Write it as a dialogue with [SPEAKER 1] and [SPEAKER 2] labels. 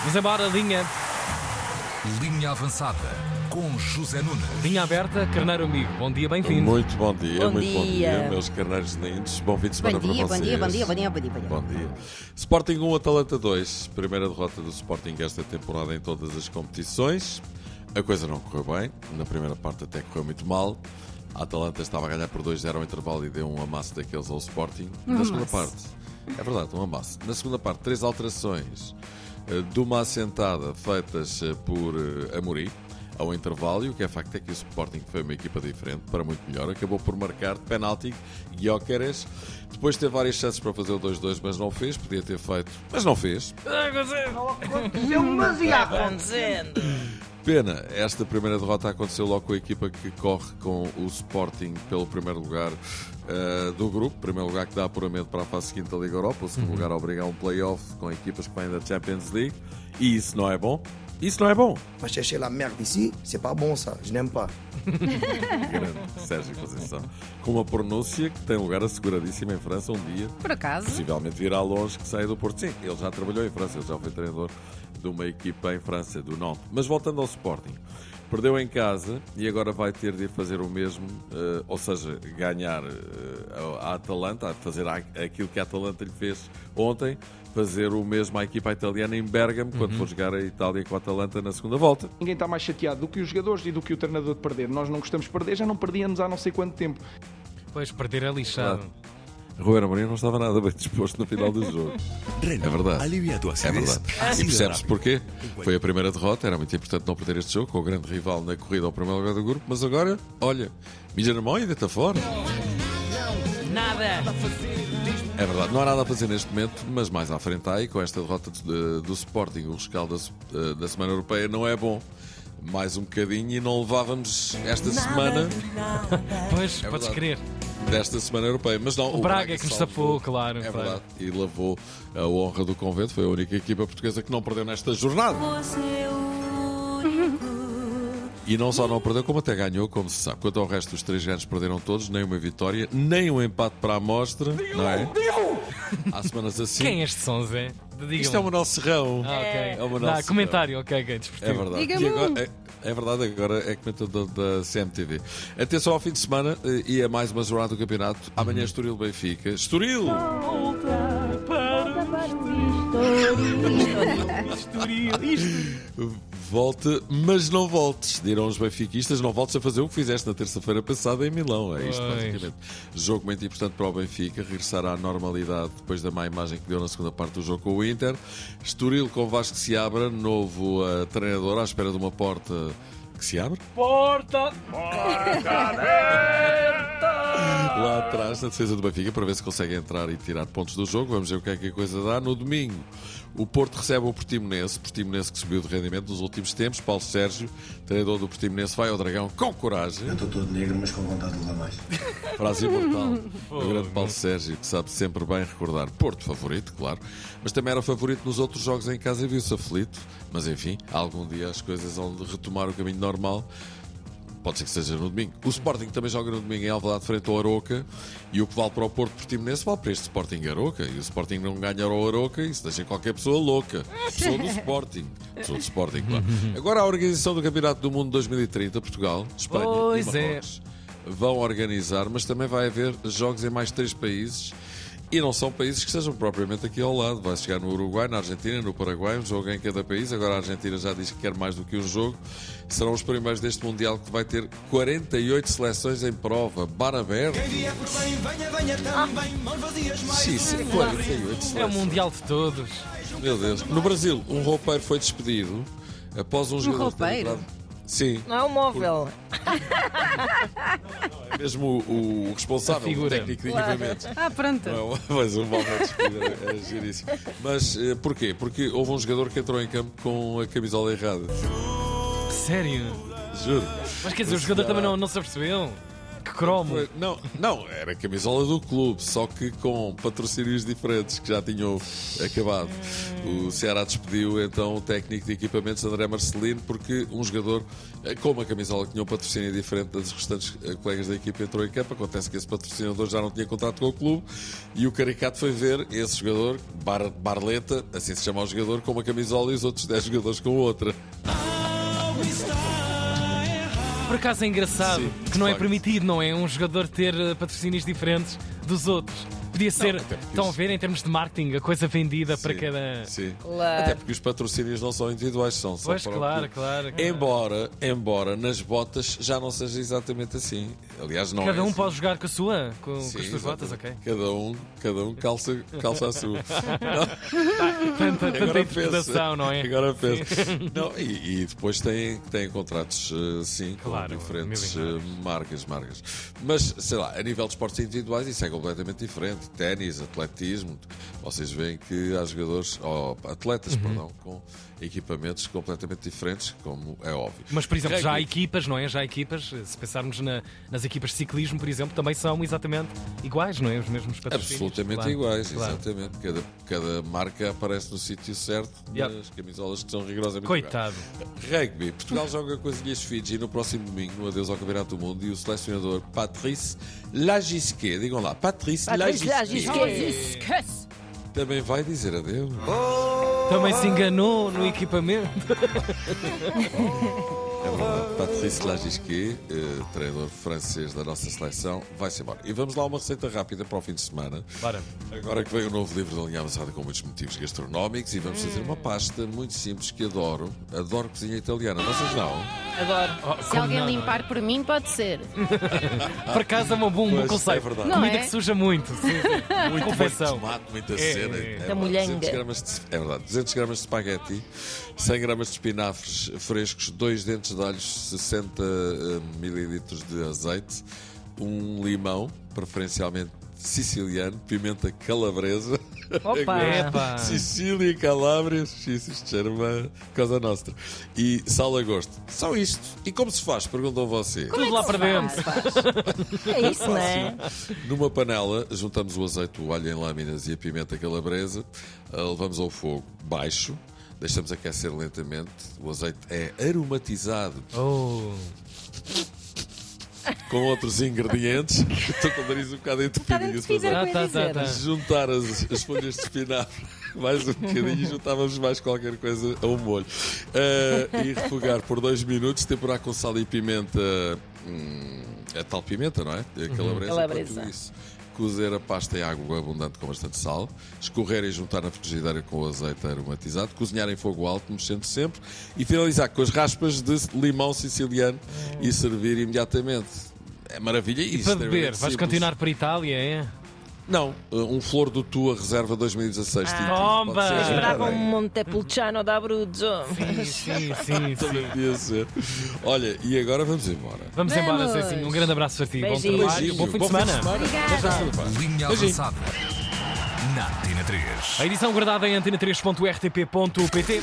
[SPEAKER 1] Vamos embora, linha,
[SPEAKER 2] Linha avançada com José Nunes.
[SPEAKER 1] linha aberta, carneiro amigo. Bom dia, bem-vindo.
[SPEAKER 3] Muito bom dia,
[SPEAKER 4] Bom
[SPEAKER 3] muito bom dia,
[SPEAKER 4] dia.
[SPEAKER 3] meus carneiros lindos. Bom fim de
[SPEAKER 4] Bom
[SPEAKER 3] semana
[SPEAKER 4] dia,
[SPEAKER 3] para
[SPEAKER 4] bom
[SPEAKER 3] vocês.
[SPEAKER 4] dia, bom dia, bom dia, bom dia, bom dia.
[SPEAKER 3] Bom dia. Sporting 1, Atalanta 2. Primeira derrota do Sporting esta temporada em todas as competições. A coisa não correu bem. Na primeira parte até correu muito mal. A Atalanta estava a ganhar por 2-0 ao intervalo e deu um amasso daqueles ao Sporting.
[SPEAKER 4] Um
[SPEAKER 3] Na segunda parte. É verdade, um amasso. Na segunda parte, três alterações eh, de uma assentada feitas eh, por eh, Amorim ao intervalo, e o que é facto é que o Sporting foi uma equipa diferente, para muito melhor, acabou por marcar de penalti Guióqueres, depois teve várias chances para fazer o 2-2, mas não fez, podia ter feito, mas não fez.
[SPEAKER 4] acontecendo.
[SPEAKER 3] Pena, esta primeira derrota aconteceu logo com a equipa que corre com o Sporting pelo primeiro lugar eh, do grupo, primeiro lugar que dá apuramento para a fase seguinte da Liga Europa, o segundo lugar obriga a um play-off com equipas que vêm da Champions League, e isso não é bom. Isso não é bom.
[SPEAKER 5] va chercher la merde ici, c'est pas bon ça, je n'aime pas.
[SPEAKER 3] grande Sérgio Conceição, com uma pronúncia que tem lugar asseguradíssima em França um dia,
[SPEAKER 4] Por acaso,
[SPEAKER 3] possivelmente virá longe que saia do Porto. Sim, ele já trabalhou em França, ele já foi treinador de uma equipa em França, do Nantes. Mas voltando ao Sporting, perdeu em casa e agora vai ter de ir fazer o mesmo, eh, ou seja, ganhar eh, a a Atalanta, a fazer a- aquilo que a Atalanta lhe fez ontem, fazer o mesmo à equipa italiana em Bergamo, quando for jogar a Itália com a Atalanta na segunda volta.
[SPEAKER 6] Ninguém está mais chateado do que os jogadores e do que o treinador de perder. Nós não gostamos de perder, já não perdíamos há não sei quanto tempo.
[SPEAKER 1] Pois, perder é lixado.
[SPEAKER 3] Verdade. Ruben Amorim não estava nada bem disposto no final do jogo. É verdade.
[SPEAKER 2] Alivia a tua
[SPEAKER 3] É
[SPEAKER 2] acidez.
[SPEAKER 3] verdade. E percebes porquê? Foi a primeira derrota, era muito importante não perder este jogo com o grande rival na corrida ao primeiro lugar do grupo, mas agora, olha, mija na mão e deita fora.
[SPEAKER 4] nada.
[SPEAKER 3] É verdade, não há nada a fazer neste momento, mas mais à frente há, e com esta derrota de- do Sporting, o rescaldo da, se- eh, da Semana Europeia não é bom. Mais um bocadinho e não levávamos esta semana
[SPEAKER 1] Pois,
[SPEAKER 3] É
[SPEAKER 1] podes
[SPEAKER 3] verdade.
[SPEAKER 1] querer.
[SPEAKER 3] desta Semana Europeia, mas não.
[SPEAKER 1] O Braga que nos
[SPEAKER 3] salvou.
[SPEAKER 1] tapou, claro.
[SPEAKER 3] É
[SPEAKER 1] claro.
[SPEAKER 3] verdade, e lavou a honra do convento. Foi a única equipa portuguesa que não perdeu nesta jornada. E não só não perdeu, como até ganhou, como se sabe. Quanto ao resto, os três grandes perderam todos, nem uma vitória, nem um empate para a amostra. Não é? Há semanas assim.
[SPEAKER 1] Quem é este som, Zé? Diga-me.
[SPEAKER 3] Isto é o Manuel Serrão.
[SPEAKER 1] Ah, um. ok.
[SPEAKER 3] É o Manuel
[SPEAKER 1] Dá,
[SPEAKER 3] Serrão.
[SPEAKER 1] comentário, ok, ok, desportivo.
[SPEAKER 3] É verdade.
[SPEAKER 4] Diga-me
[SPEAKER 3] E agora- é, é verdade, agora é comentador da CMTV. Atenção ao fim de semana eh, e a mais uma jornada do campeonato.
[SPEAKER 1] Uhum.
[SPEAKER 3] Amanhã Estoril Benfica. Estoril!
[SPEAKER 1] Estoril, isto.
[SPEAKER 3] Volte, mas não voltes, dirão os benfiquistas. Não voltes a fazer o que fizeste na terça-feira passada em Milão. É isto,
[SPEAKER 1] Pois.
[SPEAKER 3] basicamente. Jogo muito importante para o Benfica, regressar à normalidade depois da má imagem que deu na segunda parte do jogo com o Inter. Estoril com Vasco se abra, novo eh, treinador à espera de uma porta que se abre.
[SPEAKER 1] Porta!
[SPEAKER 3] lá atrás na defesa do Benfica para ver se consegue entrar e tirar pontos do jogo. Vamos ver o que é que a coisa dá. No domingo, o Porto recebe o Portimonense, Portimonense que subiu de rendimento nos últimos tempos. Paulo Sérgio, treinador do Portimonense, vai ao Dragão com coragem.
[SPEAKER 7] Estou todo negro, mas com vontade de levar mais.
[SPEAKER 3] Frase imortal do grande Paulo Sérgio, que sabe sempre bem recordar. Porto favorito, claro, mas também era favorito nos outros jogos em casa e viu-se aflito. Mas enfim, algum dia as coisas vão de retomar o caminho normal. Pode ser que seja no domingo. O Sporting também joga no domingo em Alvalade frente ao Aroca e o que vale para o Porto Portimonense vale para este Sporting Aroca. E o Sporting não ganha ao Aroca, isso deixa qualquer pessoa louca. Pessoa do Sporting. Pessoa do Sporting, claro. Agora a organização do Campeonato do Mundo 2030, Portugal, Espanha
[SPEAKER 1] Pois
[SPEAKER 3] e
[SPEAKER 1] é.
[SPEAKER 3] Marrocos vão organizar, mas também vai haver jogos em mais três países. E não são países que sejam propriamente aqui ao lado. Vai chegar no Uruguai, na Argentina, no Paraguai, um jogo em cada país. Agora a Argentina já diz que quer mais do que um jogo. Serão os primeiros deste Mundial que vai ter 48 seleções em prova. Bar aberto. Sim, sim, 48
[SPEAKER 1] É o
[SPEAKER 4] um
[SPEAKER 3] seleções.
[SPEAKER 1] Mundial de todos.
[SPEAKER 3] Meu Deus. No Brasil, um roupeiro foi despedido após um jogador ter
[SPEAKER 4] roupeiro?
[SPEAKER 3] entrado- Sim.
[SPEAKER 4] Não é um móvel.
[SPEAKER 3] é Mesmo o, o
[SPEAKER 1] A
[SPEAKER 3] responsável, o
[SPEAKER 1] figura.
[SPEAKER 3] técnico de equipamentos.
[SPEAKER 4] Ah, pronto.
[SPEAKER 3] Não, mas o mal é giríssimo. Mas eh, porquê? Porque houve um jogador que entrou em campo com a camisola errada.
[SPEAKER 1] Sério?
[SPEAKER 3] Juro.
[SPEAKER 1] Mas quer dizer, o
[SPEAKER 3] Esse
[SPEAKER 1] jogador
[SPEAKER 3] cara-
[SPEAKER 1] também não, não se apercebeu? Que cromo.
[SPEAKER 3] Foi- Não, não, era a camisola do clube, só que com patrocínios diferentes que já tinham acabado. O Ceará despediu então o técnico de equipamentos André Marcelino porque um jogador eh, com uma camisola que tinha um patrocínio diferente das restantes eh, colegas da equipa entrou em campo. Acontece que esse patrocinador já não tinha contrato com o clube e o Caricato foi ver esse jogador, Bar- Barleta, assim se chama o jogador, com uma camisola e os outros 10 jogadores com outra.
[SPEAKER 1] Por acaso é engraçado
[SPEAKER 3] Sim,
[SPEAKER 1] que não é
[SPEAKER 3] facto.
[SPEAKER 1] permitido, não é? Um jogador ter eh, patrocínios diferentes dos outros. Podia ser,
[SPEAKER 3] até porque
[SPEAKER 1] estão a
[SPEAKER 3] isso-
[SPEAKER 1] ver, em termos de marketing, a coisa vendida para
[SPEAKER 3] Sim,
[SPEAKER 1] cada.
[SPEAKER 3] Sim.
[SPEAKER 4] Claro.
[SPEAKER 3] Até porque os patrocínios não são individuais, são só
[SPEAKER 1] Pois,
[SPEAKER 3] para o
[SPEAKER 1] claro,
[SPEAKER 3] clube. É
[SPEAKER 1] claro, claro.
[SPEAKER 3] Embora, embora nas botas já não seja exatamente assim. Aliás, não
[SPEAKER 1] Cada
[SPEAKER 3] é
[SPEAKER 1] um
[SPEAKER 3] assim.
[SPEAKER 1] pode jogar com a sua, com, com
[SPEAKER 3] Sim,
[SPEAKER 1] as suas botas, ok?
[SPEAKER 3] exatamente. Cada um, cada um calça, calça a sua.
[SPEAKER 1] Tanta, tanta
[SPEAKER 3] Agora pensa.
[SPEAKER 1] interpretação, não é?
[SPEAKER 3] Agora pensa. Não, e, e depois tem, tem contratos, eh, sim,
[SPEAKER 1] Claro,
[SPEAKER 3] com diferentes
[SPEAKER 1] mil e um
[SPEAKER 3] eh, marcas, marcas. Mas, sei lá, a nível de esportes individuais isso é completamente diferente. Ténis, atletismo, vocês veem que há jogadores, ou atletas,
[SPEAKER 1] Uhum.
[SPEAKER 3] perdão, com equipamentos completamente diferentes, como é óbvio.
[SPEAKER 1] Mas, por exemplo, já há
[SPEAKER 3] Rugby.
[SPEAKER 1] equipas, não é? Já há equipas, se pensarmos na- nas equipas de ciclismo, por exemplo, também são exatamente iguais, não é? Os mesmos patrocínios.
[SPEAKER 3] Absolutamente
[SPEAKER 1] Claro,
[SPEAKER 3] iguais,
[SPEAKER 1] claro.
[SPEAKER 3] exatamente. Cada, cada marca aparece no sítio certo
[SPEAKER 1] Yep.
[SPEAKER 3] nas camisolas que são rigorosamente
[SPEAKER 1] Coitado.
[SPEAKER 3] iguais. Rugby. Portugal joga com as Ilhas Fiji no próximo domingo, no Adeus ao Campeonato do Mundo, e o selecionador Patrice Lagisquet, digam lá, Patrice,
[SPEAKER 4] Patrícia
[SPEAKER 3] Lagisquet,
[SPEAKER 1] é
[SPEAKER 4] é-
[SPEAKER 3] também vai dizer adeus.
[SPEAKER 1] Também se enganou no equipamento.
[SPEAKER 3] É verdade. Patrice Lagisquet, eh, treinador francês da nossa seleção, vai-se embora. E vamos lá a uma receita rápida para o fim de semana.
[SPEAKER 1] Bora.
[SPEAKER 3] Agora que vem o novo livro da linha avançada com muitos motivos gastronómicos e vamos fazer uma pasta muito simples que adoro. Adoro cozinha italiana. Vocês não?
[SPEAKER 8] Adoro.
[SPEAKER 1] Oh,
[SPEAKER 8] Se
[SPEAKER 1] como
[SPEAKER 8] alguém
[SPEAKER 1] não, não
[SPEAKER 8] limpar por mim, pode ser.
[SPEAKER 1] Por acaso é um bom, bom
[SPEAKER 3] Pois,
[SPEAKER 1] conceito.
[SPEAKER 3] é verdade.
[SPEAKER 8] Não
[SPEAKER 1] Comida
[SPEAKER 8] é?
[SPEAKER 1] que suja muito. sim, sim. Confecção.
[SPEAKER 3] Tomate, muita cena.
[SPEAKER 1] é, é.
[SPEAKER 3] É
[SPEAKER 1] Da
[SPEAKER 3] verdade.
[SPEAKER 8] molhanga.
[SPEAKER 3] 200 gramas de, é verdade. 200 gramas de espaguete, 100 gramas de espinafres frescos, 2 dentes de alhos, 60 eh, mililitros de azeite, um limão, preferencialmente siciliano, pimenta calabresa. É
[SPEAKER 4] Opa.
[SPEAKER 1] Epá.
[SPEAKER 3] Sicília, Calábria, Xixos de Germã, Cosa Nostra. E sal a gosto. Só isto. E como se faz? Perguntam vocês.
[SPEAKER 1] Tudo lá para dentro.
[SPEAKER 4] É isso, não
[SPEAKER 3] Né?
[SPEAKER 4] é?
[SPEAKER 3] Assim, Numa panela, juntamos o azeite, o alho em lâminas e a pimenta calabresa, ah, levamos ao fogo baixo, deixamos aquecer lentamente, o azeite é aromatizado
[SPEAKER 1] Oh.
[SPEAKER 3] com outros ingredientes. Estou com o nariz um bocado entupido. diga-se
[SPEAKER 8] entupido,
[SPEAKER 3] passagem.
[SPEAKER 1] Tá,
[SPEAKER 8] ia
[SPEAKER 1] tá, tá,
[SPEAKER 8] dizer.
[SPEAKER 1] tá.
[SPEAKER 3] juntar as, as folhas de espinafre mais um bocadinho e juntávamos mais qualquer coisa a um molho. Ah, e refogar por dois minutos, temperar com sal e pimenta. hum, a tal pimenta, não é?
[SPEAKER 1] Uhum.
[SPEAKER 3] A calabresa.
[SPEAKER 4] Calabresa.
[SPEAKER 3] enquanto isso. Cozer a pasta em água abundante com bastante sal, escorrer e juntar na frigideira com o azeite aromatizado, cozinhar em fogo alto, mexendo sempre, e finalizar com as raspas de limão siciliano e servir imediatamente. É maravilha isso.
[SPEAKER 1] Hum. Para beber, vais
[SPEAKER 3] simples.
[SPEAKER 1] continuar para a Itália, é?
[SPEAKER 3] Não, uh, um flor do Tua Reserva 2016. Tintin,
[SPEAKER 1] Tomba!
[SPEAKER 3] tipo, pode ser.
[SPEAKER 1] Tá
[SPEAKER 4] Esperava um
[SPEAKER 3] Também
[SPEAKER 4] Montepulciano da Abruzzo.
[SPEAKER 1] Sim, sim, sim. sim.
[SPEAKER 3] podia ser. Olha, e agora vamos embora.
[SPEAKER 1] Vamos embora,
[SPEAKER 8] Vamos.
[SPEAKER 1] Zezinho. Um grande abraço para ti. Bom
[SPEAKER 4] Beijinhos.
[SPEAKER 1] trabalho. Bom fim de semana.
[SPEAKER 2] Linha avançada na Antena 3.
[SPEAKER 1] A edição guardada em antena3.rtp.pt.